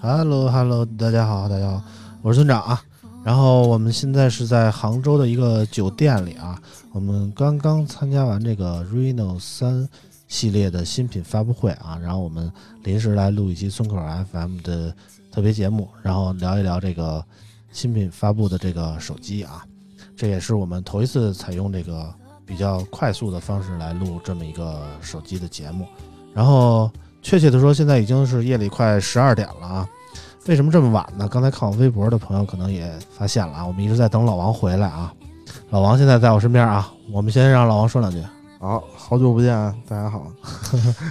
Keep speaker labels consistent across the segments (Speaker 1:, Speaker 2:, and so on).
Speaker 1: Hello Hello，大家好，大家好，我是村长啊。然后我们现在是在杭州的一个酒店里啊，我们刚刚参加完这个 Reno 三系列的新品发布会啊，然后我们临时来录一期村口 FM 的特别节目，然后聊一聊这个新品发布的这个手机啊，这也是我们头一次采用这个比较快速的方式来录这么一个手机的节目。然后确切的说，现在已经是夜里快十二点了啊。为什么这么晚呢？刚才看我微博的朋友可能也发现了啊，我们一直在等老王回来啊。老王现在在我身边啊，我们先让老王说两句。
Speaker 2: 好，好久不见，啊大家 好。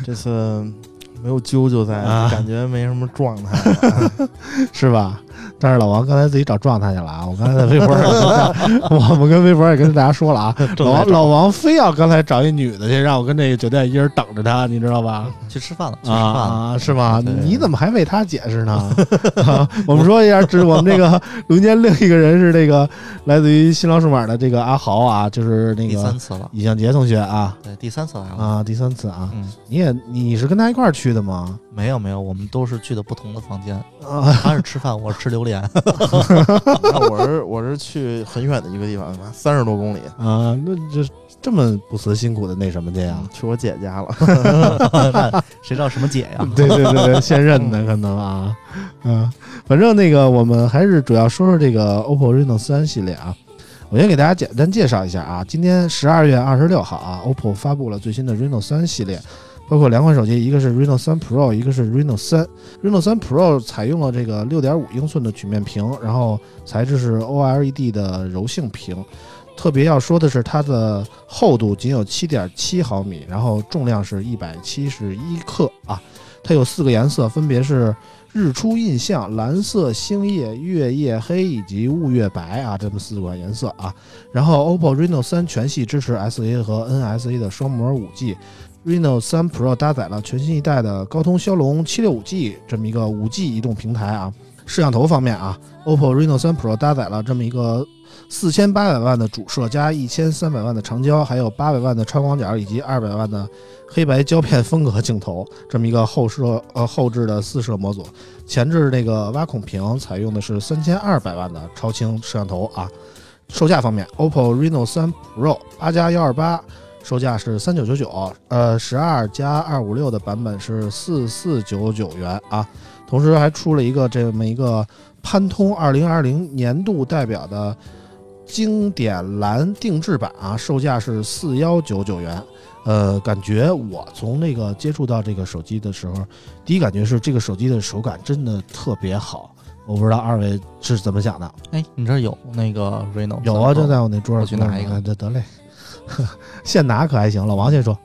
Speaker 2: 这次没有啾啾在，
Speaker 1: 啊
Speaker 2: 感觉没什么状 态。
Speaker 1: 是吧？但是老王刚才自己找状态去了啊！我刚才在微博上， 我们跟微博也跟大家说了啊，老王老王非要刚才找一女的去，让我跟这个酒店一人等着他，你知道吧？
Speaker 3: 去吃饭了，去吃
Speaker 1: 啊
Speaker 3: 饭了。
Speaker 1: 啊，是吗？
Speaker 3: 对对
Speaker 1: 你怎么还为他解释呢？ 啊我们说一下，这我们这个 轮间另一个人是这个来自于新浪数码的这个阿豪啊，就是那
Speaker 3: 第
Speaker 1: 个
Speaker 3: 三次了，
Speaker 1: 尹向杰同学啊
Speaker 3: 对，第三次来了。
Speaker 1: 啊，第三次啊，
Speaker 3: 嗯，
Speaker 1: 你也你是跟他一块儿去的吗？
Speaker 3: 没有没有，我们都是去的不同的房间，
Speaker 1: 啊，
Speaker 3: 他是吃饭，我是吃榴莲。
Speaker 2: 那我是我是去很远的一个地方，三十多公里，
Speaker 1: 啊，那这这么不辞辛苦的那什么去呀、
Speaker 2: 去我姐家了。
Speaker 3: 谁知道什么姐呀？
Speaker 1: 对对对对，现任的可能啊，嗯，反正那个我们还是主要说说这个 OPPO Reno 三系列啊。我先给大家简单介绍一下啊，今天十二月二十六号啊，OPPO 发布了最新的 Reno 三系列，包括两款手机，一个是 Reno 三 Pro，一个是 Reno 三。Reno 三 Pro 采用了这个六点五英寸的曲面屏，然后材质是 OLED 的柔性屏。特别要说的是，它的厚度仅有七点七毫米，然后重量是一百七十一克啊。它有四个颜色，分别是日出印象、蓝色星夜、月夜黑以及雾月白啊，这么四款颜色啊。然后 OPPO Reno 3全系支持 SA 和 NSA 的双模 5G。Reno 3 Pro 搭载了全新一代的高通骁龙 765G 这么一个 5G 移动平台啊。摄像头方面啊，OPPO Reno 3 Pro 搭载了这么一个四千八百万的主摄加一千三百万的长焦，还有八百万的超广角以及二百万的黑白胶片风格镜头，这么一个后摄呃后置的四摄模组，前置那个挖孔屏采用的是三千二百万的超清摄像头啊。售价方面，OPPO Reno 3 Pro 八加幺二八售价是三九九九，呃，十二加二五六的版本是四四九九元啊。同时还出了一个这么一个潘通二零二零年度代表的经典蓝定制版啊，售价是四幺九九元。呃，感觉我从那个接触到这个手机的时候，第一感觉是这个手机的手感真的特别好。我不知道二位是怎么想的？
Speaker 3: 哎，你这儿有那个 Reno？
Speaker 1: 有啊，就
Speaker 3: 真的。
Speaker 1: 在我那桌上。
Speaker 3: 我去拿一个
Speaker 1: 哎这得嘞， 现拿可还行。老王先说，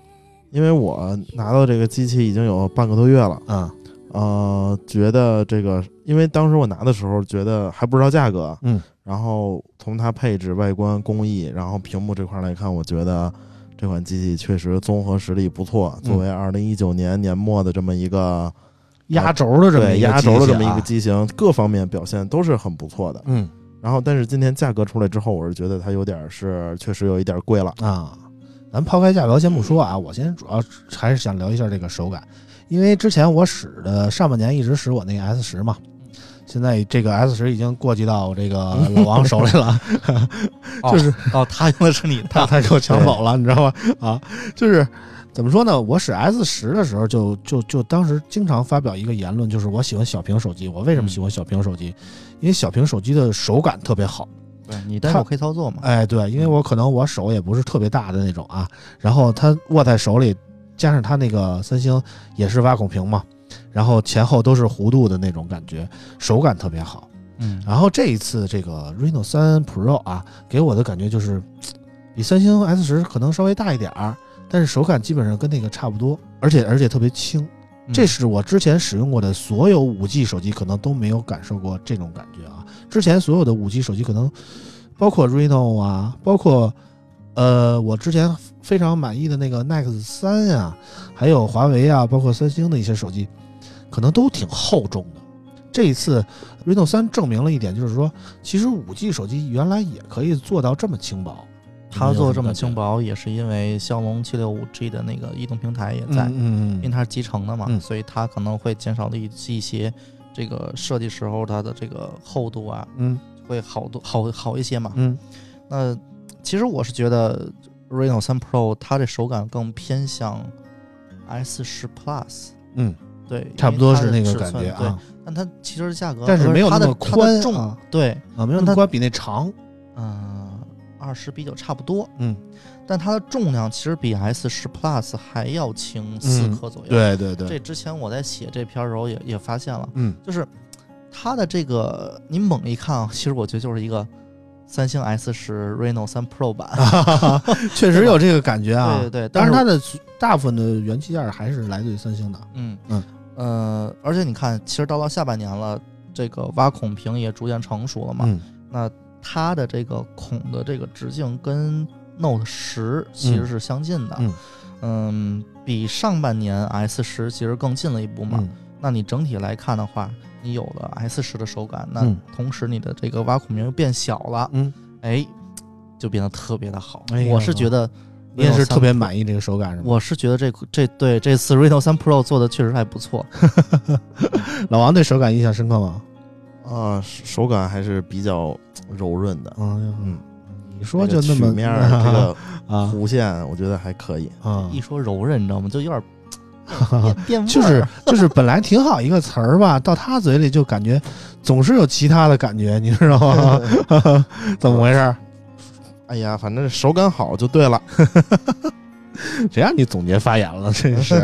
Speaker 2: 因为我拿到这个机器已经有半个多月了，
Speaker 1: 嗯
Speaker 2: 呃，觉得这个，因为当时我拿的时候觉得还不知道价格，
Speaker 1: 嗯，
Speaker 2: 然后从它配置、外观、工艺，然后屏幕这块来看，我觉得这款机器确实综合实力不错。
Speaker 1: 嗯
Speaker 2: 作为二零一九年年末的这么一个
Speaker 1: 压轴的这么
Speaker 2: 对
Speaker 1: 一个啊
Speaker 2: 压轴的这么一个
Speaker 1: 机器
Speaker 2: 机型，各方面表现都是很不错的
Speaker 1: 啊，。嗯
Speaker 2: 然后，但是今天价格出来之后，我是觉得它有点是确实有一点贵了。
Speaker 1: 啊，咱抛开价格先不说啊，我先主要还是想聊一下这个手感，因为之前我使的上半年一直使我那个 S 十嘛，现在这个 S 十已经过继到我这个老王手里了，就是
Speaker 3: 哦，他用的是你
Speaker 1: 他
Speaker 3: 的。
Speaker 1: 他给我抢走了，你知道吗？啊，就是怎么说呢？我使 S 十的时候就，就就当时经常发表一个言论，就是我喜欢小屏手机。我为什么喜欢小屏手机？因为小屏手机的手感特别好。
Speaker 3: 对你单手可以操作嘛？
Speaker 1: 哎，对，因为我可能我手也不是特别大的那种啊，然后它握在手里，加上它那个三星也是挖孔屏嘛，然后前后都是弧度的那种感觉，手感特别好。
Speaker 3: 嗯，
Speaker 1: 然后这一次这个 Reno 3 Pro 啊，给我的感觉就是嘖比三星 S 十可能稍微大一点儿，但是手感基本上跟那个差不多，而且而且特别轻。
Speaker 3: 嗯
Speaker 1: 这是我之前使用过的所有五 G 手机，可能都没有感受过这种感觉啊。之前所有的五 G 手机，可能包括 Reno 啊，包括呃，我之前非常满意的那个 Nex 三呀、还有华为啊，包括三星的一些手机，可能都挺厚重的。这一次 Reno 三证明了一点，就是说，其实五 G 手机原来也可以做到这么轻薄。
Speaker 3: 它做这么轻薄，也是因为骁龙七六五 G 的那个移动平台也
Speaker 1: 嗯，
Speaker 3: 在，
Speaker 1: 嗯
Speaker 3: 因为它是集成的嘛，
Speaker 1: 嗯
Speaker 3: 所以它可能会减少了一一些这个设计时候它的这个厚度啊，
Speaker 1: 嗯
Speaker 3: 会好多好好一些嘛。
Speaker 1: 嗯
Speaker 3: 那其实我是觉得 Reno 3 Pro 它这手感更偏向 S 十 Plus，
Speaker 1: 嗯，
Speaker 3: 对，
Speaker 1: 差不多是
Speaker 3: 因为
Speaker 1: 那个
Speaker 3: 它的尺
Speaker 1: 感
Speaker 3: 寸
Speaker 1: 觉啊，
Speaker 3: 对，但它其实价格，
Speaker 1: 但是没有
Speaker 3: 它
Speaker 1: 那
Speaker 3: 的
Speaker 1: 么
Speaker 3: 它的
Speaker 1: 宽
Speaker 3: 重
Speaker 1: 啊
Speaker 3: 对，
Speaker 1: 啊，没有那
Speaker 3: 那它
Speaker 1: 么宽，比那长。
Speaker 3: 嗯、2二十比九差不多，
Speaker 1: 嗯，
Speaker 3: 但它的重量其实比 S 十 Plus 还要轻四
Speaker 1: 嗯
Speaker 3: 克左右。
Speaker 1: 对对对，
Speaker 3: 这之前我在写这篇儿的时候也也发现了，
Speaker 1: 嗯，
Speaker 3: 就是它的这个你猛一看啊，其实我觉得就是一个三星 S 十 Reno 3 Pro 版，
Speaker 1: 啊， 确实有这个感觉啊。
Speaker 3: 对对对，
Speaker 1: 当
Speaker 3: 但
Speaker 1: 然，
Speaker 3: 是
Speaker 1: 它的大部分的元器件还是来自于三星的。
Speaker 3: 嗯
Speaker 1: 嗯
Speaker 3: 呃，而且你看，其实到了下半年了，这个挖孔屏也逐渐成熟了嘛。
Speaker 1: 嗯
Speaker 3: 那它的这个孔的这个直径跟 Note 十其实是相近的，
Speaker 1: 嗯
Speaker 3: 嗯比上半年 S 十其实更近了一步嘛。
Speaker 1: 嗯
Speaker 3: 那你整体来看的话，你有了 S 十的手感，那
Speaker 1: 嗯
Speaker 3: 同时你的这个挖孔屏又变小了，
Speaker 1: 嗯，
Speaker 3: 哎，就变得特别的好。
Speaker 1: 哎呀
Speaker 3: 我是觉得
Speaker 1: 你也是特别
Speaker 3: Reno 3 Pro
Speaker 1: 满意这个手感是吗？
Speaker 3: 我是觉得这这对这次 Reno 3 Pro 做的确实还不错，
Speaker 1: 老王对手感印象深刻吗？
Speaker 2: 啊，手感还是比较柔润的。
Speaker 1: 嗯，
Speaker 2: 嗯，
Speaker 1: 你说就那
Speaker 2: 这个
Speaker 1: 么
Speaker 2: 曲 面儿这个
Speaker 1: 啊
Speaker 2: 弧线，我觉得还可 以。
Speaker 1: 啊
Speaker 3: 一，说柔韧，你知道吗？就有点 儿变变味儿
Speaker 1: 就是就是本来挺好一个词儿吧，到他嘴里就感觉总是有其他的感觉，你知道吗？ 怎么回事儿？啊
Speaker 2: 哎呀，反正手感好就对了。
Speaker 1: 谁让你总结发言 了？真是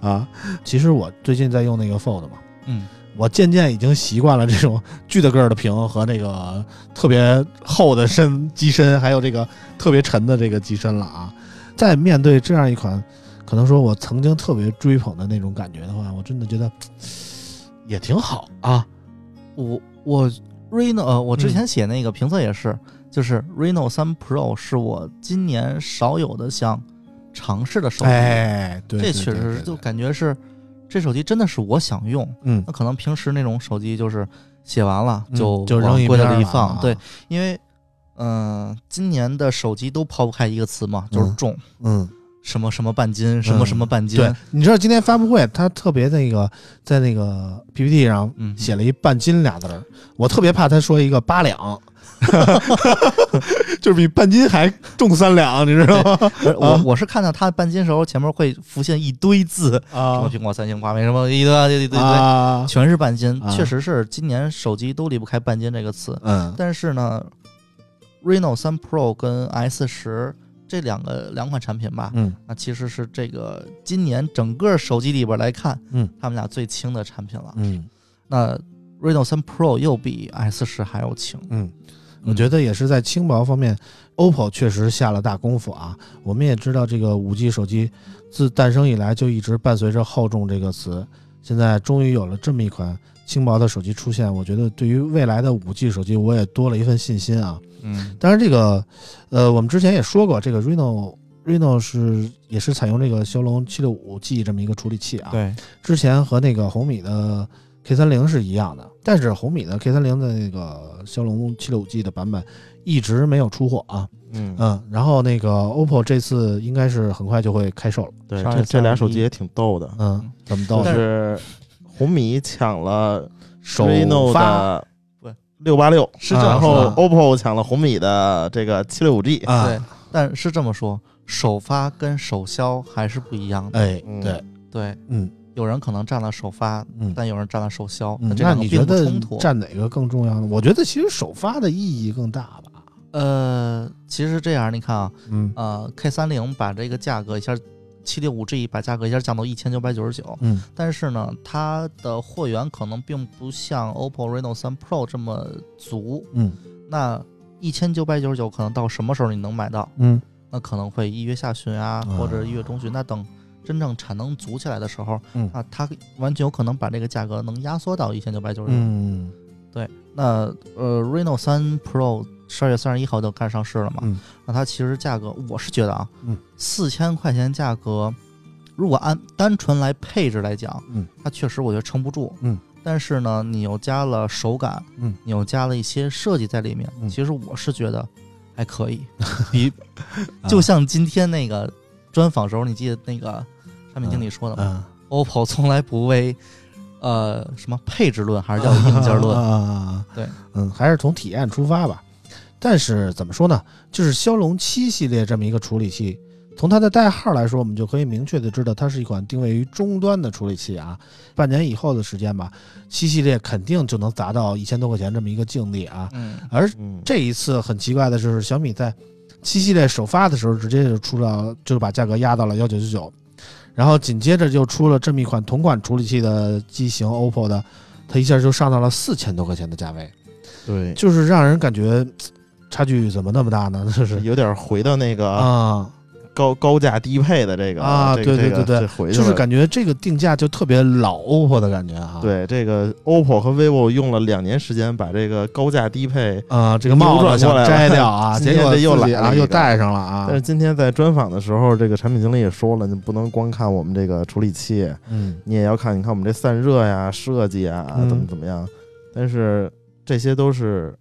Speaker 1: 啊！其实我最近在用那个 Fold 嘛，
Speaker 3: 嗯
Speaker 1: 我渐渐已经习惯了这种巨的个儿的屏和那个特别厚的身机身，还有这个特别沉的这个机身了啊。再面对这样一款，可能说我曾经特别追捧的那种感觉的话，我真的觉得嘖也挺好啊。
Speaker 3: 我我 Reno 呃，我
Speaker 1: 嗯
Speaker 3: 之前写那个评测也是，就是 Reno 3 Pro 是我今年少有的想尝试的手机，
Speaker 1: 哎，对，
Speaker 3: 这
Speaker 1: 对
Speaker 3: 确
Speaker 1: 对
Speaker 3: 实
Speaker 1: 对
Speaker 3: 就
Speaker 1: 对
Speaker 3: 感觉是这手机真的是我想用。
Speaker 1: 嗯，
Speaker 3: 那可能平时那种手机就是写完了
Speaker 1: 嗯
Speaker 3: 就
Speaker 1: 就扔
Speaker 3: 往
Speaker 1: 一
Speaker 3: 柜子
Speaker 1: 边儿
Speaker 3: 里一
Speaker 1: 了
Speaker 3: 放，
Speaker 1: 啊
Speaker 3: 对，因为嗯、呃今年的手机都抛不开一个词嘛，就是
Speaker 1: 嗯
Speaker 3: 重。
Speaker 1: 嗯，
Speaker 3: 什么什么半斤，什么什么半斤，
Speaker 1: 对，你知道今天发布会他特别那个在那个 PPT 上
Speaker 3: 嗯
Speaker 1: 写了一半斤俩字儿，我特别怕他说一个八 两，就是比半斤还重三两，你知道吗？
Speaker 3: 而我我是看到它半斤时候前面会浮现一堆字，什么
Speaker 1: 啊
Speaker 3: 苹果、三星、华为什么一堆一堆一堆，
Speaker 1: 啊，
Speaker 3: 全是半斤，
Speaker 1: 啊
Speaker 3: 确实是今年手机都离不开半斤这个词。
Speaker 1: 嗯
Speaker 3: 但是呢，Reno 3 Pro 跟 S 十这两个两款产品吧，
Speaker 1: 嗯
Speaker 3: 那其实是这个今年整个手机里边来看，
Speaker 1: 嗯，
Speaker 3: 他们俩最轻的产品了。
Speaker 1: 嗯
Speaker 3: 那 Reno 3 Pro 又比 S 十还要轻，
Speaker 1: 嗯，我觉得也是在轻薄方面，OPPO 确实下了大功夫啊。我们也知道，这个五 G 手机自诞生以来就一直伴随着“厚重”这个词，现在终于有了这么一款轻薄的手机出现。我觉得对于未来的五 G 手机，我也多了一份信心啊。
Speaker 3: 嗯
Speaker 1: 当然，这个呃，我们之前也说过，这个 Reno Reno 是也是采用这个骁龙七六五 G 这么一个处理器啊。
Speaker 3: 对，
Speaker 1: 之前和那个红米的 K 三零是一样的，但是红米的 K 三零的那个骁龙七六五 G 的版本一直没有出货啊。
Speaker 2: 嗯，
Speaker 1: 嗯，然后那个 OPPO 这次应该是很快就会开售了。
Speaker 2: 对，
Speaker 3: 12
Speaker 2: 这这俩
Speaker 3: 31
Speaker 2: 手机也挺逗的，
Speaker 1: 嗯，怎么
Speaker 2: 就
Speaker 1: 都
Speaker 3: 但
Speaker 2: 是红米抢了
Speaker 1: 首
Speaker 2: Reno
Speaker 1: 发
Speaker 2: 的
Speaker 3: 不是
Speaker 2: 六八六，
Speaker 3: 是
Speaker 1: 这么
Speaker 2: 然
Speaker 1: 说
Speaker 2: 后
Speaker 1: 的
Speaker 2: OPPO 抢了红米的这个七六五 G。
Speaker 1: 啊，
Speaker 3: 对，但是这么说，首发跟首销还是不一样的。
Speaker 1: 哎，
Speaker 2: 嗯
Speaker 1: 对，
Speaker 3: 对，
Speaker 1: 嗯
Speaker 3: 有人可能占了首发，
Speaker 1: 嗯。
Speaker 3: 但有人占了首销，
Speaker 1: 嗯
Speaker 3: 这
Speaker 1: 那
Speaker 3: 两个
Speaker 1: 你觉
Speaker 3: 并不
Speaker 1: 得
Speaker 3: 冲突。
Speaker 1: 占哪个更重要呢？我觉得其实首发的意义更大吧。
Speaker 3: 呃，其实这样，你看啊，
Speaker 1: 嗯
Speaker 3: 呃，K 三零把这个价格一下七六五 G 把价格一下降到一千九百九十九，
Speaker 1: 嗯
Speaker 3: 但是呢，它的货源可能并不像 OPPO Reno 3 Pro 这么足。
Speaker 1: 嗯
Speaker 3: 那一千九百九十九可能到什么时候你能买到？
Speaker 1: 嗯
Speaker 3: 那可能会一月下旬啊，
Speaker 1: 啊
Speaker 3: 或者一月中旬。那等真正产能足起来的时候，
Speaker 1: 嗯
Speaker 3: 那它完全有可能把这个价格能压缩到一千九百九十九。
Speaker 1: 嗯
Speaker 3: 对，那呃，Reno 3 Pro 十二月三十一号就开始上市了嘛？
Speaker 1: 嗯
Speaker 3: 那它其实价格，我是觉得啊，
Speaker 1: 嗯，
Speaker 3: 四千块钱价格，如果按单纯来配置来讲，
Speaker 1: 嗯，
Speaker 3: 它确实我觉得撑不住，
Speaker 1: 嗯。
Speaker 3: 但是呢，你又加了手感，
Speaker 1: 嗯，
Speaker 3: 你又加了一些设计在里面，
Speaker 1: 嗯
Speaker 3: 其实我是觉得还可 以，比
Speaker 1: 啊
Speaker 3: 就像今天那个专访时候，你记得那个产品经理说的吗、
Speaker 1: 嗯，
Speaker 3: o p p o 从来不为呃什么配置论，还是叫硬件论，
Speaker 1: 啊，
Speaker 3: 对，
Speaker 1: 嗯，还是从体验出发吧。但是怎么说呢？就是骁龙七系列这么一个处理器，从它的代号来说，我们就可以明确的知道，它是一款定位于终端的处理器啊。半年以后的时间吧，七系列肯定就能达到一千多块钱这么一个境地啊。
Speaker 3: 嗯
Speaker 1: 而
Speaker 2: 嗯，
Speaker 1: 这一次很奇怪的就是，小米在七系列首发的时候，直接就出了，就把价格压到了幺九九九，然后紧接着就出了这么一款同款处理器的机型 OPPO 的，它一下就上到了四千多块钱的价位，
Speaker 2: 对，
Speaker 1: 就是让人感觉嘖差距怎么那么大呢？这 是
Speaker 2: 有点回到那个
Speaker 1: 啊，
Speaker 2: 高高价低配的这个
Speaker 1: 啊
Speaker 2: 这
Speaker 1: 对
Speaker 2: 个
Speaker 1: 对
Speaker 2: 这个
Speaker 1: 对对
Speaker 2: 这回去
Speaker 1: 就是
Speaker 2: 了
Speaker 1: 感觉这个定价就特别老 OPPO 的感觉啊。
Speaker 2: 对这个 OPPO 和 vivo 用了两年时间把这个高价低配，
Speaker 1: 啊，这个帽
Speaker 2: 扭
Speaker 1: 子
Speaker 2: 转过
Speaker 1: 想
Speaker 2: 来了
Speaker 1: 摘掉啊，
Speaker 2: 今
Speaker 1: 结
Speaker 2: 天
Speaker 1: 果
Speaker 2: 这又
Speaker 1: 自己
Speaker 2: 来
Speaker 1: 啊
Speaker 2: 了一
Speaker 1: 又
Speaker 2: 个
Speaker 1: 戴上了啊
Speaker 2: 但是。今天在专访的时候，这个产品经理也说了，你不能光看我们这个处理器，
Speaker 1: 嗯
Speaker 2: 你也要看，你看我们这散热呀、设计啊，
Speaker 1: 嗯
Speaker 2: 怎么怎么样。但是这些都是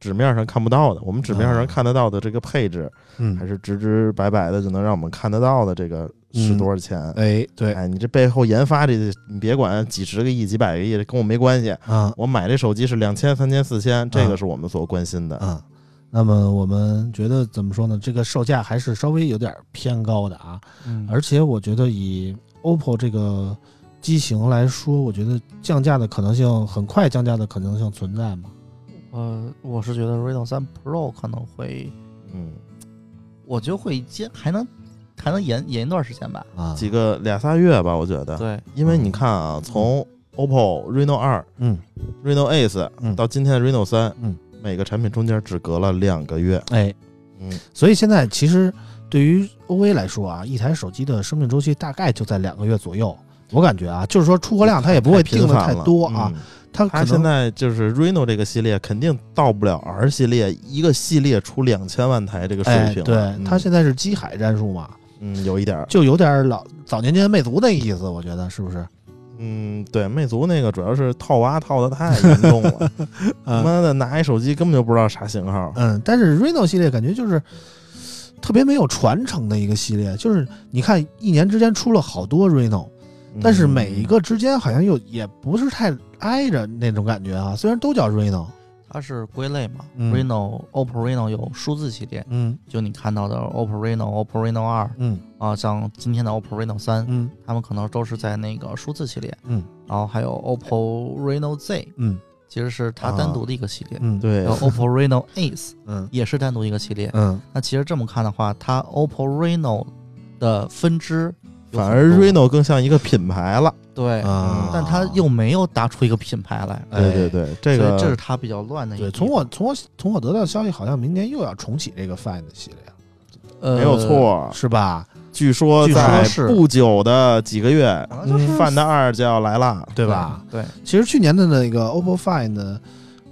Speaker 2: 纸面上看不到的，我们纸面上
Speaker 1: 啊
Speaker 2: 看得到的这个配置，
Speaker 1: 嗯，
Speaker 2: 还是直直白白的就能让我们看得到的这个是多少钱。
Speaker 1: 哎对
Speaker 2: 哎，你这背后研发这，你别管几十个亿、几百个亿，这跟我没关系。
Speaker 1: 啊，
Speaker 2: 我买这手机是两千、三千、四千，这
Speaker 1: 啊
Speaker 2: 个是我们所关心的。
Speaker 1: 啊，那么我们觉得怎么说呢？这个售价还是稍微有点偏高的啊，
Speaker 4: 嗯
Speaker 1: 而且我觉得以 OPPO 这个机型来说，我觉得降价的可能性很快，降价的可能性存在嘛。
Speaker 3: 呃，我是觉得 Reno 3 Pro 可能会，
Speaker 2: 嗯，
Speaker 3: 我觉得会接，还能还能延延一段时间吧。
Speaker 1: 啊，
Speaker 2: 几个俩仨月吧，我觉得。
Speaker 3: 对，
Speaker 2: 因为你看啊，从 OPPO Reno 二、
Speaker 1: 嗯，
Speaker 2: Reno Ace
Speaker 1: 嗯
Speaker 2: 到今天的 Reno 三，
Speaker 1: 嗯，
Speaker 2: 每个产品中间只隔了两个月。
Speaker 1: 哎，
Speaker 2: 嗯，
Speaker 1: 所以现在其实对于 OV 来说啊，一台手机的生命周期大概就在两个月左右。我感觉啊，就是说出货量它也不会
Speaker 2: 太
Speaker 1: 定
Speaker 2: 频
Speaker 1: 的
Speaker 2: 繁
Speaker 1: 太
Speaker 2: 了
Speaker 1: 多啊，。
Speaker 2: 嗯
Speaker 1: 它可
Speaker 2: 它
Speaker 1: 能
Speaker 2: 现在就是 Reno 这个系列肯定到不了 R 系列，一个系列出两千万台这个水
Speaker 1: 哎，
Speaker 2: 平了。啊
Speaker 1: 对，
Speaker 2: 嗯
Speaker 1: 它
Speaker 2: 现
Speaker 1: 现在是机海战术嘛，
Speaker 2: 嗯有一点儿，
Speaker 1: 就有点老早年间魅族那意思，我觉得是不是？
Speaker 2: 嗯，对，魅族那个主要是套娃套的太严重了，
Speaker 1: 嗯
Speaker 2: 妈的拿一手机根本就不知道啥型号。
Speaker 1: 嗯，但是 Reno 系列感觉就是特别没有传承的一个系列，就是你看一年之间出了好多 Reno，但嗯
Speaker 2: 嗯
Speaker 1: 是每一个之间好像又也不是太挨着那种感觉啊，虽然都叫 Reno，
Speaker 3: 它是归类嘛、
Speaker 1: 嗯
Speaker 3: r e n o OPPO Reno 有数字系列，
Speaker 1: 嗯
Speaker 3: 就你看到的 OPPO Reno、OPPO Reno 二
Speaker 1: 嗯
Speaker 3: 啊，像今天的 OPPO Reno 三、
Speaker 1: 嗯
Speaker 3: 它们可能都是在那个数字系列，
Speaker 1: 嗯
Speaker 3: 然后还有 OPPO Reno Z，
Speaker 1: 嗯
Speaker 3: 其实是它单独的一个系列。
Speaker 1: 嗯，
Speaker 2: 对
Speaker 3: 还有 OPPO Reno Ace
Speaker 1: 嗯
Speaker 3: 也是单独一个系列。
Speaker 1: 嗯
Speaker 3: 那其实这么看的话，它 OPPO Reno 的分支有
Speaker 2: 反
Speaker 3: 很
Speaker 2: 而
Speaker 3: 多
Speaker 2: Reno 更像一个品牌了。
Speaker 3: 对，
Speaker 1: 啊，
Speaker 3: 嗯但它又没有打出一个品牌来，
Speaker 1: 哎
Speaker 2: 对对对，这
Speaker 3: 所
Speaker 2: 个
Speaker 3: 以这是它比较乱的一个
Speaker 1: 对，
Speaker 3: 地方。
Speaker 1: 从我从我从我得到消息，好像明年又要重启这个 Find 系列了，
Speaker 3: 呃
Speaker 2: 没有，错。
Speaker 1: 是吧？
Speaker 2: 据说
Speaker 3: 据说
Speaker 2: 在
Speaker 3: 是
Speaker 2: 不久的几个月，
Speaker 3: 好像就是
Speaker 2: 范的二就要来了。
Speaker 1: 对吧？
Speaker 3: 对
Speaker 1: 其实去年的那个 OPPO Find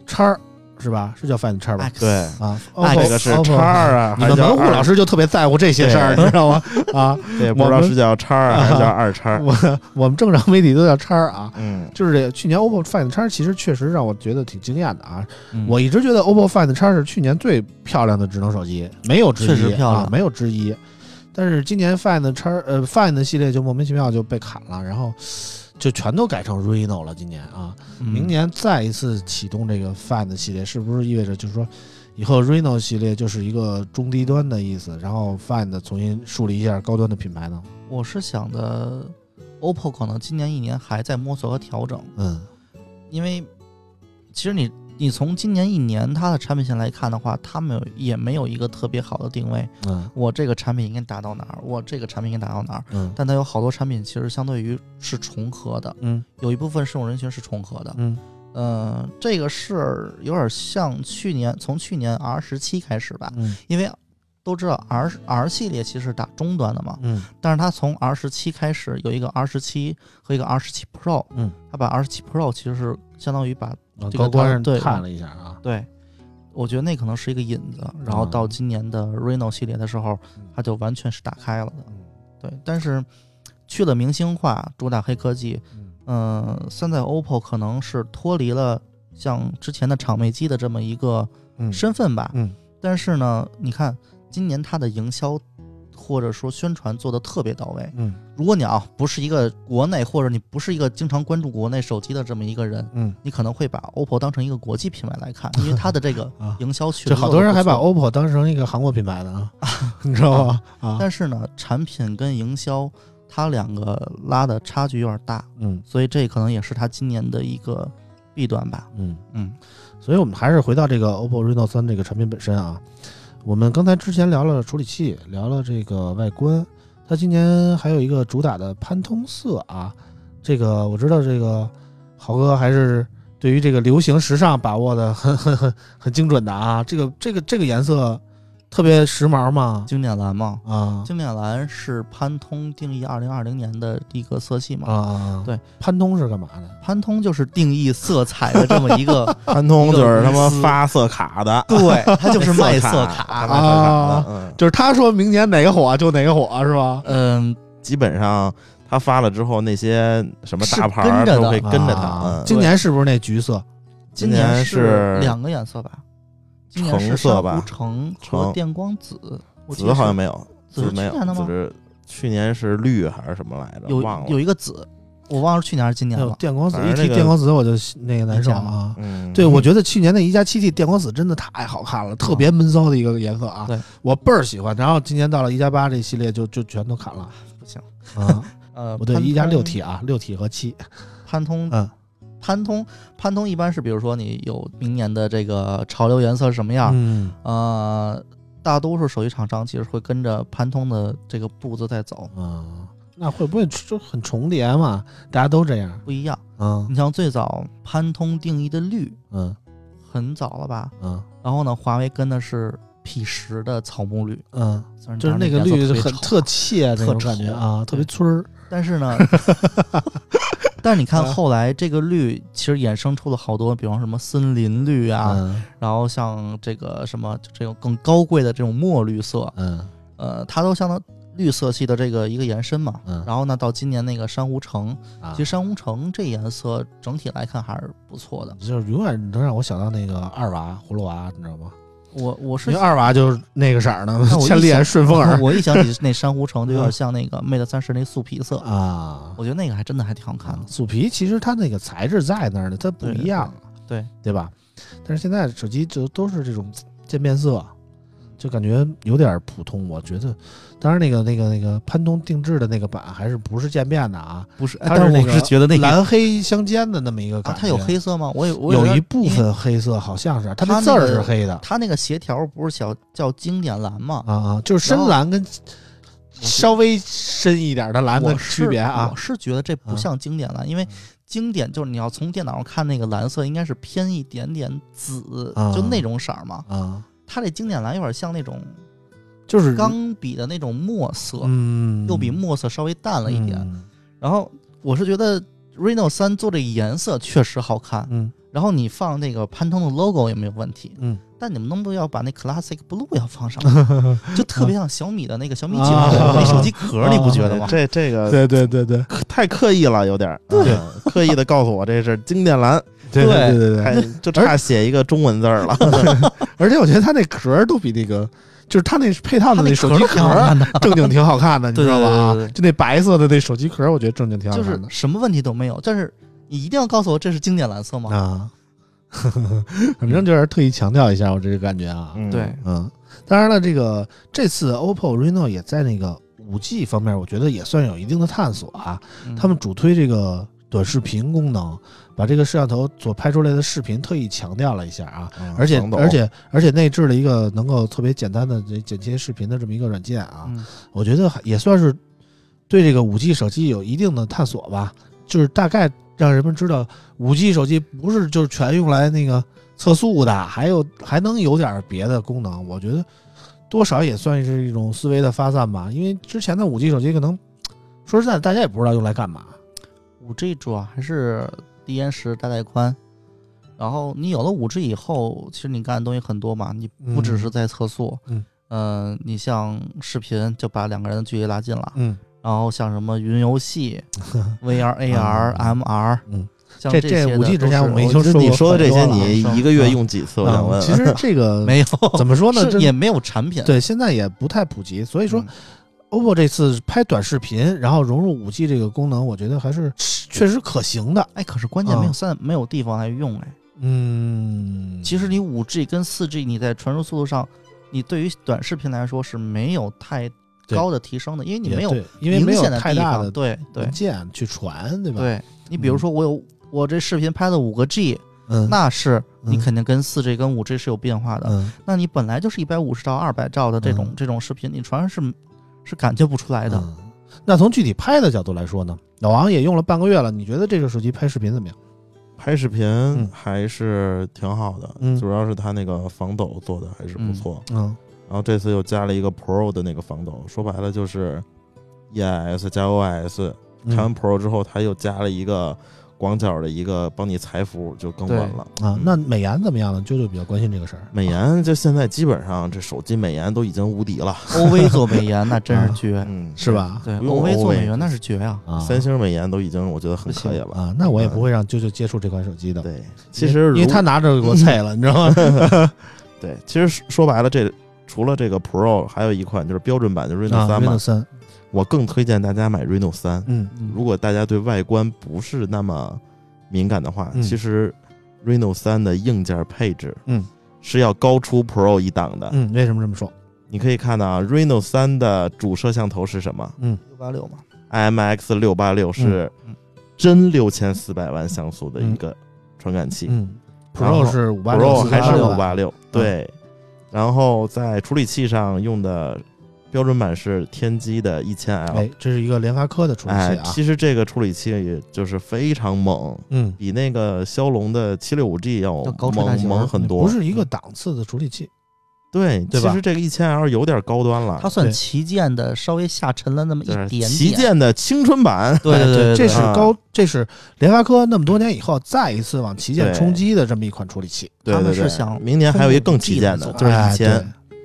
Speaker 1: 叉是吧？是叫 Find 叉吧？
Speaker 3: 呃，X
Speaker 2: 对
Speaker 1: 啊，
Speaker 3: 哎
Speaker 2: 这
Speaker 1: 这
Speaker 2: 个是叉儿啊，
Speaker 1: 你们
Speaker 2: 还叫
Speaker 1: 文护
Speaker 2: 二
Speaker 1: 老师就特别在乎这些事儿，你
Speaker 2: 对
Speaker 1: 知道吗？啊，
Speaker 2: 对，不知
Speaker 1: 我
Speaker 2: 道
Speaker 1: 们
Speaker 2: 是叫叉儿啊 还是叫二叉儿。
Speaker 1: 我我们正常媒体都叫叉儿啊。
Speaker 2: 嗯，
Speaker 1: 就是这去年 OPPO Find 叉其实确实让我觉得挺惊艳的啊！
Speaker 3: 嗯
Speaker 1: 我一直觉得 OPPO Find 叉是去年最漂亮的智能手机，没有之一，
Speaker 3: 确实漂亮
Speaker 1: 啊，没有之一。但是今年 Find 叉呃 Find 系列就莫名其妙就被砍了，然后就全都改成 Reno 了。今年啊，
Speaker 3: 嗯
Speaker 1: 明年再一次启动这个 Find 系列，是不是意味着就是说，以后 Reno 系列就是一个中低端的意思，然后 Find 重新树立一下高端的品牌呢？
Speaker 3: 我是想的，OPPO 可能今年一年还在摸索和调整，
Speaker 1: 嗯
Speaker 3: 因为其实你。你从今年一年它的产品线来看的话，它没有也没有一个特别好的定位。
Speaker 1: 嗯
Speaker 3: 我这个产品应该打到哪儿？我这个产品应该打到哪儿？
Speaker 1: 嗯
Speaker 3: 但它有好多产品其实相对于是重合的，
Speaker 1: 嗯
Speaker 3: 有一部分受众人群是重合的。
Speaker 1: 嗯
Speaker 3: 嗯，这个是有点像去年从去年 R 十七开始吧，
Speaker 1: 嗯
Speaker 3: 因为都知道 R R 系列其实是打终端的嘛，
Speaker 1: 嗯
Speaker 3: 但是它从 R 十七开始有一个 R 十七和一个 R 十七 Pro，
Speaker 1: 嗯，
Speaker 3: 它把 R 十七 Pro 其实是相当于把
Speaker 1: 往
Speaker 3: 这个
Speaker 1: 高官
Speaker 3: 它
Speaker 1: 上
Speaker 3: 对
Speaker 1: 看了一下啊，
Speaker 3: 对，我觉得那可能是一个引子，然后
Speaker 1: 哦
Speaker 3: 到今年的 Reno 系列的时候，它就完全是打开了的。对，但是去了明星化，主打黑科技，嗯、三代 OPPO 可能是脱离了像之前的厂妹机的这么一个
Speaker 2: 嗯
Speaker 3: 身份吧。
Speaker 2: 嗯
Speaker 3: 但是呢，你看今年它的营销或者说宣传做的特别到位。
Speaker 2: 嗯
Speaker 3: 如果你啊不是一个国内或者你不是一个经常关注国内手机的这么一个人，
Speaker 2: 嗯，
Speaker 3: 你可能会把 OPPO 当成一个国际品牌来看，因为它的这个
Speaker 1: 啊
Speaker 3: 营销确实
Speaker 1: 这好多人还把
Speaker 3: 做得
Speaker 1: OPPO 当成一个韩国品牌呢，你知道吗？啊
Speaker 3: 不错，但是呢，产品跟营销它两个拉的差距有点大，
Speaker 2: 嗯
Speaker 3: 所以这可能也是它今年的一个弊端吧。
Speaker 2: 嗯
Speaker 3: 嗯
Speaker 1: 所以我们还是回到这个 OPPO Reno 3这个产品本身啊。我们刚才之前聊了处理器，聊了这个外观，它今年还有一个主打的潘通色啊。这个我知道，这个豪哥还是对于这个流行时尚把握的很很很很精准的啊。这个这个这个颜色特别时髦嘛
Speaker 3: 经典蓝嘛，
Speaker 1: 啊
Speaker 3: 经典蓝是潘通定义二零二零年的一个色系嘛。
Speaker 1: 啊！
Speaker 3: 对，
Speaker 1: 潘通是干嘛的？
Speaker 3: 潘通就是定义色彩的这么 一个，
Speaker 2: 潘通就是他妈
Speaker 3: 一个公司，
Speaker 2: 发色卡的
Speaker 3: 对，它就是卖色
Speaker 2: 卡，
Speaker 3: 卡。啊
Speaker 2: 卖色卡的，嗯，
Speaker 1: 就是他说明年哪个火就哪个火是吧？
Speaker 3: 嗯，
Speaker 2: 基本上他发了之后，那些什么大牌
Speaker 3: 是跟
Speaker 2: 儿
Speaker 3: 着的
Speaker 2: 都会跟着
Speaker 1: 啊
Speaker 2: 他。嗯
Speaker 1: 今年是不是那橘色？
Speaker 3: 今
Speaker 2: 年
Speaker 3: 是
Speaker 2: 是
Speaker 3: 两个颜色吧？今年是
Speaker 2: 橙
Speaker 3: 珊
Speaker 2: 色
Speaker 3: 瑚
Speaker 2: 吧
Speaker 3: 橙和
Speaker 2: 橙
Speaker 3: 电光紫，我记
Speaker 2: 紫
Speaker 3: 得
Speaker 2: 好像
Speaker 3: 是
Speaker 2: 没有，
Speaker 3: 紫是
Speaker 2: 没有
Speaker 3: 去年的，吗
Speaker 2: 紫是去年是绿还是什么来着？
Speaker 3: 有
Speaker 2: 忘了
Speaker 3: 有。一个紫，我忘了是去年还是今年
Speaker 1: 哎呦
Speaker 3: 了。
Speaker 1: 电光紫，
Speaker 2: 反
Speaker 1: 一
Speaker 2: 正
Speaker 1: 提
Speaker 2: 那个
Speaker 1: 电光紫我就那个难受
Speaker 3: 一见
Speaker 1: 啊。
Speaker 2: 嗯，
Speaker 1: 对，我觉得去年的宜家七 T 电光紫真的太好看了，特别闷骚的一个颜色啊，
Speaker 3: 对
Speaker 1: 我倍儿喜欢。然后今年到了宜家八这一系列就就全都砍 了
Speaker 3: 不行，
Speaker 1: 啊，
Speaker 3: 呃，
Speaker 1: 不对，
Speaker 3: 潘
Speaker 1: 宜家
Speaker 3: 通
Speaker 1: 六 T 啊，六 T 和七，
Speaker 3: 潘通，
Speaker 1: 嗯
Speaker 3: 潘通，潘通一般是比如说你有明年的这个潮流颜色是什么样，
Speaker 1: 嗯
Speaker 3: 呃，大多数手机厂商其实会跟着潘通的这个步子在走，
Speaker 1: 啊，那会不会就很重叠嘛？大家都这样，
Speaker 3: 不一样。
Speaker 1: 嗯
Speaker 3: 你像最早潘通定义的绿，
Speaker 1: 嗯
Speaker 3: 很早了吧？
Speaker 1: 嗯
Speaker 3: 然后呢，华为跟的是 P 十的草木绿，
Speaker 1: 嗯，
Speaker 3: 虽然
Speaker 1: 就是
Speaker 3: 当
Speaker 1: 那
Speaker 3: 时
Speaker 1: 个
Speaker 3: 颜
Speaker 1: 绿
Speaker 3: 色
Speaker 1: 就
Speaker 3: 别
Speaker 1: 很
Speaker 3: 丑
Speaker 1: 特切那
Speaker 3: 特
Speaker 1: 种感觉
Speaker 3: 丑
Speaker 1: 啊，特别
Speaker 3: 对
Speaker 1: 村儿，
Speaker 3: 但是 呢，但是你看
Speaker 1: 啊
Speaker 3: 后来这个绿其实衍生出了好多，比方什么森林绿啊，
Speaker 1: 嗯
Speaker 3: 然后像这个什么就这种更高贵的这种墨绿色，
Speaker 1: 嗯
Speaker 3: 呃，它都相当绿色系的这个一个延伸嘛。
Speaker 1: 嗯
Speaker 3: 然后呢，到今年那个珊瑚橙，
Speaker 1: 啊
Speaker 3: 其实，珊瑚橙这颜色整体来看还是不错的。
Speaker 1: 啊就是永远能让我想到那个二娃葫芦娃，你知道吗？
Speaker 3: 我我是
Speaker 1: 因为二娃就是那个色儿的
Speaker 3: 那，我一
Speaker 1: 千里眼
Speaker 3: 想
Speaker 1: 顺风耳
Speaker 3: 我一想起那珊瑚橙，就有
Speaker 1: 嗯
Speaker 3: 点像那个 Mate 三十那素皮色，
Speaker 1: 啊。
Speaker 3: 我觉得那个还真的还挺好看的。
Speaker 1: 素皮其实它那个材质在那儿的，它不
Speaker 3: 对
Speaker 1: 一样，啊
Speaker 3: 对对
Speaker 1: 对吧？但是现在手机就都是这种渐变色，就感觉有点普通。我觉得，当然那个那个那个潘通定制的那个版还是不是渐变的啊，
Speaker 3: 不是，
Speaker 1: 它
Speaker 3: 但
Speaker 1: 那
Speaker 3: 我
Speaker 1: 个
Speaker 3: 是觉得那个
Speaker 1: 蓝黑相间的那么一个感
Speaker 3: 啊，
Speaker 1: 觉。
Speaker 3: 它有黑，色吗？我有我
Speaker 1: 有
Speaker 3: 点
Speaker 1: 一部，
Speaker 3: 因为
Speaker 1: 分黑色好像是，它
Speaker 3: 它
Speaker 1: 的
Speaker 3: 那
Speaker 1: 字儿
Speaker 3: 个
Speaker 1: 是黑的
Speaker 3: 它那个斜条不是小叫经典蓝吗？
Speaker 1: 啊啊，就是深
Speaker 3: 然后
Speaker 1: 蓝跟稍微深一点的蓝的
Speaker 3: 我是
Speaker 1: 区别啊嗯
Speaker 3: 我。是觉得这不像经典蓝，因为经典就是你要从电脑上看那个蓝色，应该是偏一点点紫，
Speaker 1: 啊
Speaker 3: 就那种色儿嘛。
Speaker 1: 啊，
Speaker 3: 它这经典蓝有点像那种
Speaker 1: 就是
Speaker 3: 钢笔的那种墨色，
Speaker 1: 嗯，
Speaker 3: 又比墨色稍微淡了一点。
Speaker 1: 嗯
Speaker 3: 然后我是觉得 Reno 三做这个颜色确实好看，
Speaker 1: 嗯
Speaker 3: 然后你放那个潘通的 logo 也没有问题，
Speaker 1: 嗯，
Speaker 3: 但你们能不能要把那 Classic Blue 要放上 去，就特别像小米的那个小米九
Speaker 1: 啊
Speaker 3: 那手机壳，你不觉得
Speaker 2: 啊对
Speaker 3: 吗？
Speaker 2: 这这个
Speaker 1: 对对对对
Speaker 2: 刻太刻意了，有点儿
Speaker 1: 对
Speaker 2: 嗯刻意的告诉我这是经典蓝，
Speaker 1: 对对对对
Speaker 2: 还 就差写一个中文字儿了。
Speaker 1: 而且我觉得它那壳儿都比那个，就是它那配套的
Speaker 3: 它
Speaker 1: 那
Speaker 3: 那
Speaker 1: 手
Speaker 3: 壳
Speaker 1: 机
Speaker 3: 儿挺好
Speaker 1: 壳啊
Speaker 3: 看的，
Speaker 1: 正经挺好看 的，你
Speaker 3: 对
Speaker 1: 知道吧？啊
Speaker 3: 对对对对
Speaker 1: 就那白色的那手机壳儿，我觉得正经挺好
Speaker 3: 就
Speaker 1: 看
Speaker 3: 是
Speaker 1: 的。
Speaker 3: 什么问题都没有。但是你一定要告诉我这是经典蓝色吗？
Speaker 1: 啊， 反正就是特意强调一下我这个感觉啊。
Speaker 2: 嗯，
Speaker 3: 对，
Speaker 1: 嗯，当然了，这个这次 OPPO Reno 也在那个五 G 方面，我觉得也算有一定的探索啊。
Speaker 3: 嗯
Speaker 1: 他们主推这个短视频功能，把这个摄像头所拍出来的视频特意强调了一下啊。
Speaker 2: 嗯
Speaker 1: 而且
Speaker 2: 防抖
Speaker 1: 而且而且内置了一个能够特别简单的这剪切视频的这么一个软件啊，
Speaker 3: 嗯
Speaker 1: 我觉得还也算是对这个五 G 手机有一定的探索吧，就是大概让人们知道五 G 手机不是就是全用来那个测速的，还有还能有点别的功能，我觉得多少也算是一种思维的发散吧，因为之前的五 G 手机可能说实在的，大家也不知道用来干嘛。
Speaker 3: 五 G 主要啊还是低延时、大带宽。然后你有了五 G 以后，其实你干的东西很多嘛，你不只是在测速，
Speaker 1: 嗯
Speaker 3: 呃你像视频就把两个人的距离拉近了，
Speaker 1: 嗯，
Speaker 3: 然后像什么云 游戏、VR、AR、MR，
Speaker 1: 嗯，
Speaker 3: 像
Speaker 1: 这
Speaker 3: 些
Speaker 1: 这
Speaker 3: 的
Speaker 1: 五 G 之前
Speaker 3: 都
Speaker 1: 我
Speaker 3: 是
Speaker 1: 们已经
Speaker 2: 就是
Speaker 1: 说
Speaker 2: 你
Speaker 1: 过
Speaker 2: 说的
Speaker 1: 很
Speaker 2: 这
Speaker 1: 多
Speaker 2: 些，
Speaker 1: 了啊
Speaker 2: 你一个月用几次？我想
Speaker 1: 嗯
Speaker 2: 问，
Speaker 1: 其实这个
Speaker 3: 没有，
Speaker 1: 怎么说呢，
Speaker 3: 是
Speaker 1: 真
Speaker 3: 也没有产品。
Speaker 1: 对，现在也不太普及，所以
Speaker 3: 嗯，
Speaker 1: 说 OPPO 这次拍短视频，然后融入五 G 这个功能，我觉得还是确实可行的。
Speaker 3: 哎，可是关键没
Speaker 1: 啊
Speaker 3: 有三、没有地方来用哎。
Speaker 1: 嗯，
Speaker 3: 其实你五 G 跟四 G，你在传输速度上，你对于短视频来说是没有太
Speaker 1: 对
Speaker 3: 高的提升的，因为你
Speaker 1: 也
Speaker 3: 没有
Speaker 1: 对，因为没
Speaker 3: 明
Speaker 1: 有
Speaker 3: 显的
Speaker 1: 太
Speaker 3: 地
Speaker 1: 大
Speaker 3: 方
Speaker 1: 的
Speaker 3: 对对
Speaker 1: 文件去传，对吧？，
Speaker 3: 对。你比如说，我有、我这视频拍了五个 G，、
Speaker 1: 嗯，
Speaker 3: 那是你
Speaker 1: 嗯
Speaker 3: 肯定跟四 G 跟五 G 是有变化的。
Speaker 1: 嗯
Speaker 3: 那你本来就是一百五十兆、二百兆的这种、
Speaker 1: 嗯
Speaker 3: 这种视频，你传上是是感觉不出来的。
Speaker 1: 嗯那从具体拍的角度来说呢，老王也用了半个月了，你觉得这个手机拍视频怎么样？
Speaker 2: 拍视
Speaker 1: 嗯
Speaker 2: 频还是挺好的，
Speaker 1: 嗯
Speaker 2: 主要是它那个防抖做的还是不错。
Speaker 1: 嗯
Speaker 2: 然后这次又加了一个 Pro 的那个防抖，说白了就是 EIS 加 OIS。
Speaker 1: 嗯
Speaker 2: 看完 Pro 之后，它又加了一个广角的一个帮你裁幅，就更稳了。
Speaker 1: 啊
Speaker 2: 嗯，
Speaker 1: 那美颜怎么样呢？啾啾比较关心这个事儿。
Speaker 2: 美颜就现在基本上这手机美颜都已经无敌了，
Speaker 3: OV 做美颜那真是绝，
Speaker 2: 嗯，
Speaker 1: 是？吧？
Speaker 3: 对
Speaker 2: 不用
Speaker 3: OV 做
Speaker 2: OV
Speaker 3: 美颜那是绝啊。
Speaker 1: 啊，
Speaker 2: 三星美颜都已经我觉得很可以了。嗯
Speaker 1: 啊，那我也不会让啾啾接触这款手机的。
Speaker 2: 对，其实
Speaker 1: 因为
Speaker 2: 如嗯
Speaker 1: 因为他拿着给我菜了，你知道吗？
Speaker 2: 对，其实说说白了，这除了这个 Pro，还有一款就是标准版的 Reno
Speaker 1: 啊
Speaker 2: 三嘛
Speaker 1: ，Reno。三，
Speaker 2: 我更推荐大家买 Reno 三。
Speaker 1: 嗯
Speaker 3: 嗯
Speaker 2: 如果大家对外观不是那么敏感的话，
Speaker 1: 嗯
Speaker 2: 其实 Reno 三的硬件配置，
Speaker 1: 嗯，
Speaker 2: 是要高出 Pro 一档的。
Speaker 1: 嗯，为什么这么说？
Speaker 2: 你可以看到啊，Reno 三的主摄像头是什么
Speaker 3: 六八六嘛，
Speaker 2: ？IMX 六八六是
Speaker 3: 嗯
Speaker 2: 真六千四百万像素的一个传感器、
Speaker 1: 嗯
Speaker 2: 然后
Speaker 1: ，Pro 是五八
Speaker 2: p r
Speaker 1: 六嗯
Speaker 2: o 还是五
Speaker 1: 八，
Speaker 2: 八六，对。然后在处理器上用的标准版是天玑的一千 L，
Speaker 1: 哎，这是一个联发科的处理
Speaker 2: 哎
Speaker 1: 器，啊，
Speaker 2: 其实这个处理器也就是非常猛，
Speaker 1: 嗯，
Speaker 2: 比那个骁龙的七六五 G 要
Speaker 3: 要高出大
Speaker 2: 猛
Speaker 3: 型
Speaker 2: 猛很多，
Speaker 1: 不是一个档次的处理器，
Speaker 2: 对，
Speaker 1: 对吧
Speaker 2: 其实这个一千 L 有点高端了
Speaker 3: 它，算
Speaker 1: 对
Speaker 3: 旗舰的，稍微下沉了那么一
Speaker 2: 就是
Speaker 3: 点点。
Speaker 2: 旗舰的青春版，
Speaker 3: 对对对对对
Speaker 1: 哎这是
Speaker 2: 啊
Speaker 1: 高，这是联发科那么多年以后再一次往旗舰
Speaker 2: 对
Speaker 1: 冲击的这么一款处理器，
Speaker 2: 对
Speaker 3: 他们
Speaker 2: 对对
Speaker 3: 是想
Speaker 2: 明年还有一个更旗舰
Speaker 3: 通
Speaker 2: 的，
Speaker 3: 过
Speaker 2: 就是
Speaker 1: 哎
Speaker 2: 一千、
Speaker 1: 对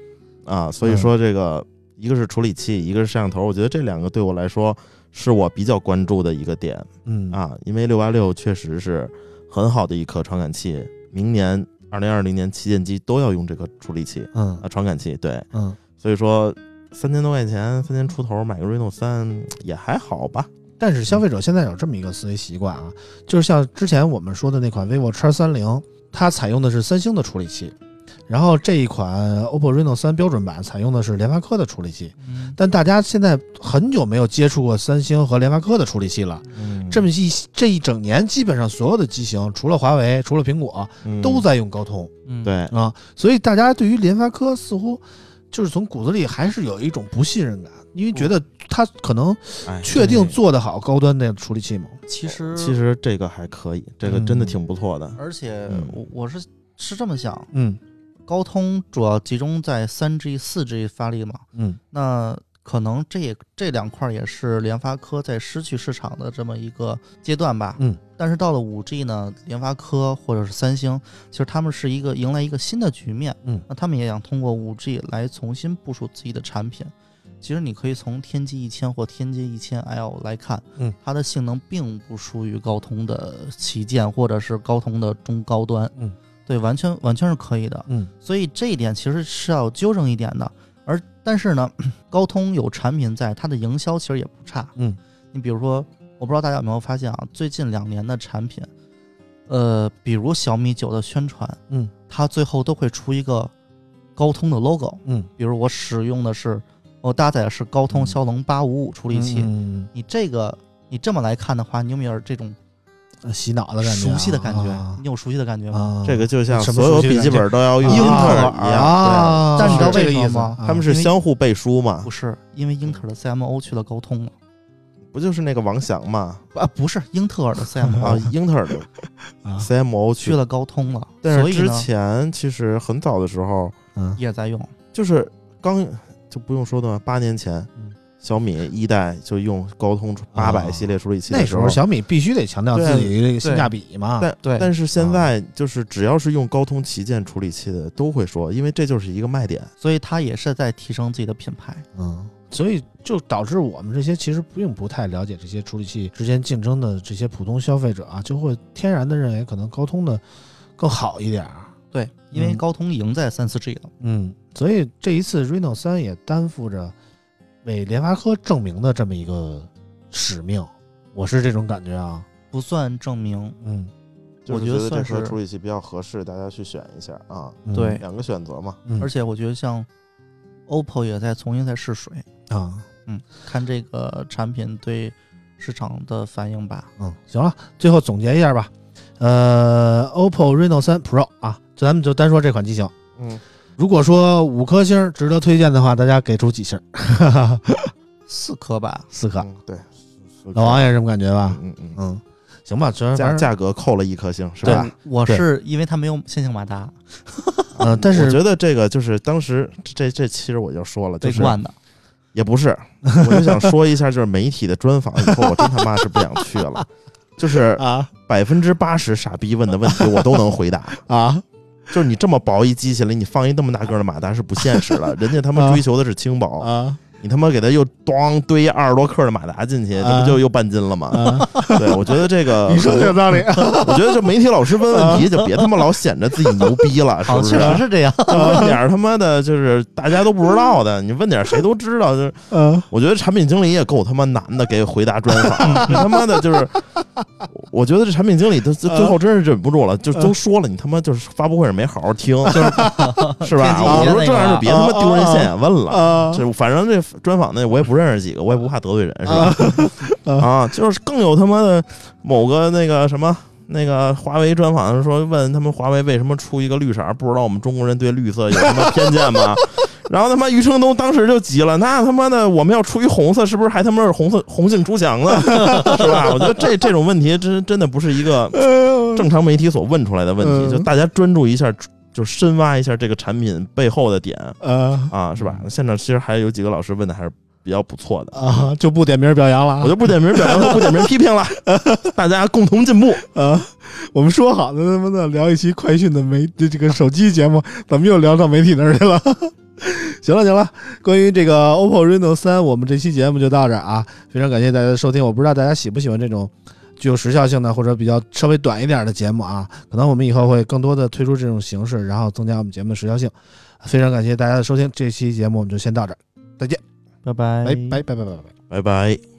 Speaker 2: 啊，所以说这个一个是处理器，一个是摄像头，我觉得这两个对我来说是我比较关注的一个点
Speaker 1: 嗯，
Speaker 2: 啊，因为六八六确实是很好的一颗传感器，明年二零二零年旗舰机都要用这个处理器
Speaker 1: 嗯
Speaker 2: 啊，传感器对，
Speaker 1: 嗯，
Speaker 2: 所以说三千多块钱，三千出头买个 Reno 三也还好吧，
Speaker 1: 但是消费者现在有这么一个思维习惯啊，就是像之前我们说的那款 vivo X 三零，它采用的是三星的处理器，然后这一款 OPPO Reno 三标准版采用的是联发科的处理器，
Speaker 3: 嗯
Speaker 1: 但大家现在很久没有接触过三星和联发科的处理器了。
Speaker 2: 嗯
Speaker 1: 这么一这一整年，基本上所有的机型，除了华为，除了苹果，都在用高通
Speaker 3: 嗯，
Speaker 2: 对。
Speaker 1: 啊。所以大家对于联发科似乎就是从骨子里还是有一种不信任感，因为觉得它可能
Speaker 2: 哎
Speaker 1: 确定
Speaker 2: 对
Speaker 1: 做得好高端的处理器嘛。
Speaker 3: 其实
Speaker 2: 其，实这个还可以，这个真的挺不错的。
Speaker 3: 而且
Speaker 2: 嗯
Speaker 3: 我我是是这么想，
Speaker 1: 嗯
Speaker 3: 高通主要集中在三 G、四 G 发力嘛，
Speaker 1: 嗯
Speaker 3: 那可能这也这两块也是联发科在失去市场的这么一个阶段吧。
Speaker 1: 嗯，
Speaker 3: 但是到了五 G 呢，联发科或者是三星，其实他们是一个迎来一个新的局面。
Speaker 1: 嗯
Speaker 3: 那他们也想通过五 G 来重新部署自己的产品。其实你可以从天玑一千或天玑一千 L 来看，
Speaker 1: 嗯，
Speaker 3: 它的性能并不输于高通的旗舰或者是高通的中高端，
Speaker 1: 嗯，
Speaker 3: 对，完全完全是可以的。
Speaker 1: 嗯
Speaker 3: 所以这一点其实是要纠正一点的。而但是呢， 高通有产品在，它的营销其实也不差。
Speaker 1: 嗯，
Speaker 3: 你比如说，我不知道大家有没有发现啊，最近两年的产品，呃，比如小米九的宣传，
Speaker 1: 嗯，
Speaker 3: 它最后都会出一个高通的 logo。
Speaker 1: 嗯，
Speaker 3: 比如我使用的是，我搭载的是高通骁龙八五五处
Speaker 1: 处
Speaker 3: 理器。
Speaker 1: 嗯
Speaker 3: 你这个你这么来看的话，你有没有这种
Speaker 1: 呃洗脑的感觉啊，
Speaker 3: 熟悉的感觉，嗯
Speaker 1: 啊
Speaker 3: 你有熟悉的感觉
Speaker 1: 啊
Speaker 3: 吗？
Speaker 2: 这个就像
Speaker 1: 什么
Speaker 2: 所有
Speaker 1: 熟悉的
Speaker 2: 笔记本都要用
Speaker 1: 啊
Speaker 2: 英特尔一样，
Speaker 1: 啊，
Speaker 3: 但是你知道
Speaker 1: 这个
Speaker 3: 为什么
Speaker 1: 意思
Speaker 3: 吗
Speaker 2: 对他们是
Speaker 3: 因为
Speaker 2: 相互背书嘛
Speaker 3: 不，是，因为英特尔的 CMO 去了高通了
Speaker 2: 不就是那个王翔嘛？
Speaker 3: 啊，不是英特尔的 CMO
Speaker 2: 啊，英特尔的
Speaker 1: 啊
Speaker 2: CMO 去
Speaker 3: 去
Speaker 2: 了，
Speaker 3: 了高通了，
Speaker 2: 但
Speaker 3: 所
Speaker 2: 是
Speaker 3: 以
Speaker 2: 之
Speaker 3: 呢
Speaker 2: 前其实很早的时候，
Speaker 1: 嗯
Speaker 3: 也在用。
Speaker 2: 就是刚就不用说的嘛，八年前
Speaker 1: 嗯，啊
Speaker 2: 小米一代就用高通八百系列处理器的
Speaker 1: 那时候小米必须得强调
Speaker 2: 对
Speaker 1: 自己这个性价比嘛，
Speaker 2: 但
Speaker 3: 对
Speaker 2: 但是现
Speaker 1: 啊
Speaker 2: 在就是只要是用高通旗舰处理器的都会说，因为这就是一个卖点。
Speaker 3: 所以他也是在提升自己的品牌。
Speaker 1: 嗯，所以就导致我们这些其实并不太了解这些处理器之间竞争的这些普通消费者啊，就会天然的认为可能高通的更好一点儿。
Speaker 3: 对，因为
Speaker 1: 嗯
Speaker 3: 高通赢在三四 G 了。
Speaker 1: 嗯，所以这一次 Reno 三也担负着为联发科证明的这么一个使命，我是这种感觉啊。
Speaker 3: 不算证明，
Speaker 1: 嗯，
Speaker 2: 就是
Speaker 3: 我觉得
Speaker 2: 这
Speaker 3: 算
Speaker 2: 颗
Speaker 3: 是
Speaker 2: 处理器比较合适，大家去选一下啊，
Speaker 1: 嗯
Speaker 3: 对
Speaker 2: 两个选择嘛。
Speaker 1: 嗯
Speaker 3: 而且我觉得像 OPPO 也在重新在试水，
Speaker 1: 啊，
Speaker 3: 看这个产品对市场的反应吧。
Speaker 1: 嗯，行了，最后总结一下吧。呃，OPPO Reno 三 Pro 啊，就咱们就单说这款机型。
Speaker 2: 嗯，
Speaker 1: 如果说五颗星值得推荐的话，大家给出几星？
Speaker 3: 四颗吧，
Speaker 1: 四颗。
Speaker 2: 嗯对，
Speaker 1: 老王也是这么感觉吧？
Speaker 2: 嗯嗯嗯，
Speaker 1: 嗯，行吧，主要
Speaker 2: 价
Speaker 1: 反正
Speaker 2: 价格扣了一颗星是吧？
Speaker 3: 我
Speaker 1: 对
Speaker 3: 是因为它没有线性马达，
Speaker 1: 呃，但
Speaker 2: 我
Speaker 1: 是
Speaker 2: 觉得这个就是当时这这其实我就说了，
Speaker 3: 被
Speaker 2: 就是
Speaker 3: 惯的。
Speaker 2: 也不是，我就想说一下，就是媒体的专访以后，我真他妈是不想去了。就是
Speaker 1: 啊
Speaker 2: 百分之八十傻逼问的问题，我都能回答。
Speaker 1: 啊，
Speaker 2: 就是你这么薄一机器了，你放一那么大个儿的马达是不现实的。人家他妈追求的是轻薄，
Speaker 1: 啊
Speaker 2: 你他妈给他又咣堆一二十多克的马达进去，
Speaker 1: 啊
Speaker 2: 这不就又半斤了吗？
Speaker 1: 啊，
Speaker 2: 对，我觉得这个，
Speaker 1: 你说啊的有道理。
Speaker 2: 我觉得这媒体老师问问题就别他妈老显着自己牛逼了，是
Speaker 3: 好，
Speaker 2: 不是
Speaker 3: 确？实是这样。
Speaker 2: 就 问点儿他妈的，就是大家都不知道的，你问点儿谁都知道，就是
Speaker 1: 嗯
Speaker 2: 我觉得产品经理也够他妈难的，给回答专访，你他妈的就是，我觉得这产品经理他最最后真是忍不住了，
Speaker 1: 嗯
Speaker 2: 就都说了，你他妈就是发布会上没好好听， 是吧？
Speaker 3: 天
Speaker 2: 我
Speaker 3: 津
Speaker 2: 说这样就别他妈丢人现眼问了。
Speaker 1: 啊
Speaker 2: 这反正这专访那我也不认识几个，我也不怕得罪人，是吧？
Speaker 1: 啊
Speaker 2: 啊，就是更有他妈的某个那个什么那个华为专访说问他们华为为什么出一个绿色儿，不知道我们中国人对绿色有什么偏 见吗？然后他妈余承东当时就急了，那他妈的我们要出一红色，是不是还他妈是红色红杏出墙 呢？是吧？我觉得这这种问题真真的不是一个正常媒体所问出来的问题，
Speaker 1: 嗯
Speaker 2: 就大家专注一下，就深挖一下这个产品背后的点。
Speaker 1: 啊
Speaker 2: 啊，是吧？现场其实还有几个老师问的还是比较不错的，
Speaker 1: 啊，就不点名表扬了啊
Speaker 2: 我。就不点名表扬，不点名批 评了，大家共同进步。
Speaker 1: 啊， 我们说好的他妈的聊一期快讯的媒这这个手机节目，怎么又聊到媒体那儿去了？ 行了行了，关于这个 OPPO Reno 三，我们这期节目就到这儿啊，非常感谢大家的收听。我不知道大家喜不喜欢这种具有时效性的或者比较稍微短一点的节目啊，可能我们以后会更多的推出这种形式，然后增加我们节目的时效性。非常感谢大家的收听，这期节目我们就先到这儿，再见，
Speaker 3: 拜拜
Speaker 1: 拜拜拜拜拜拜。
Speaker 2: 拜拜。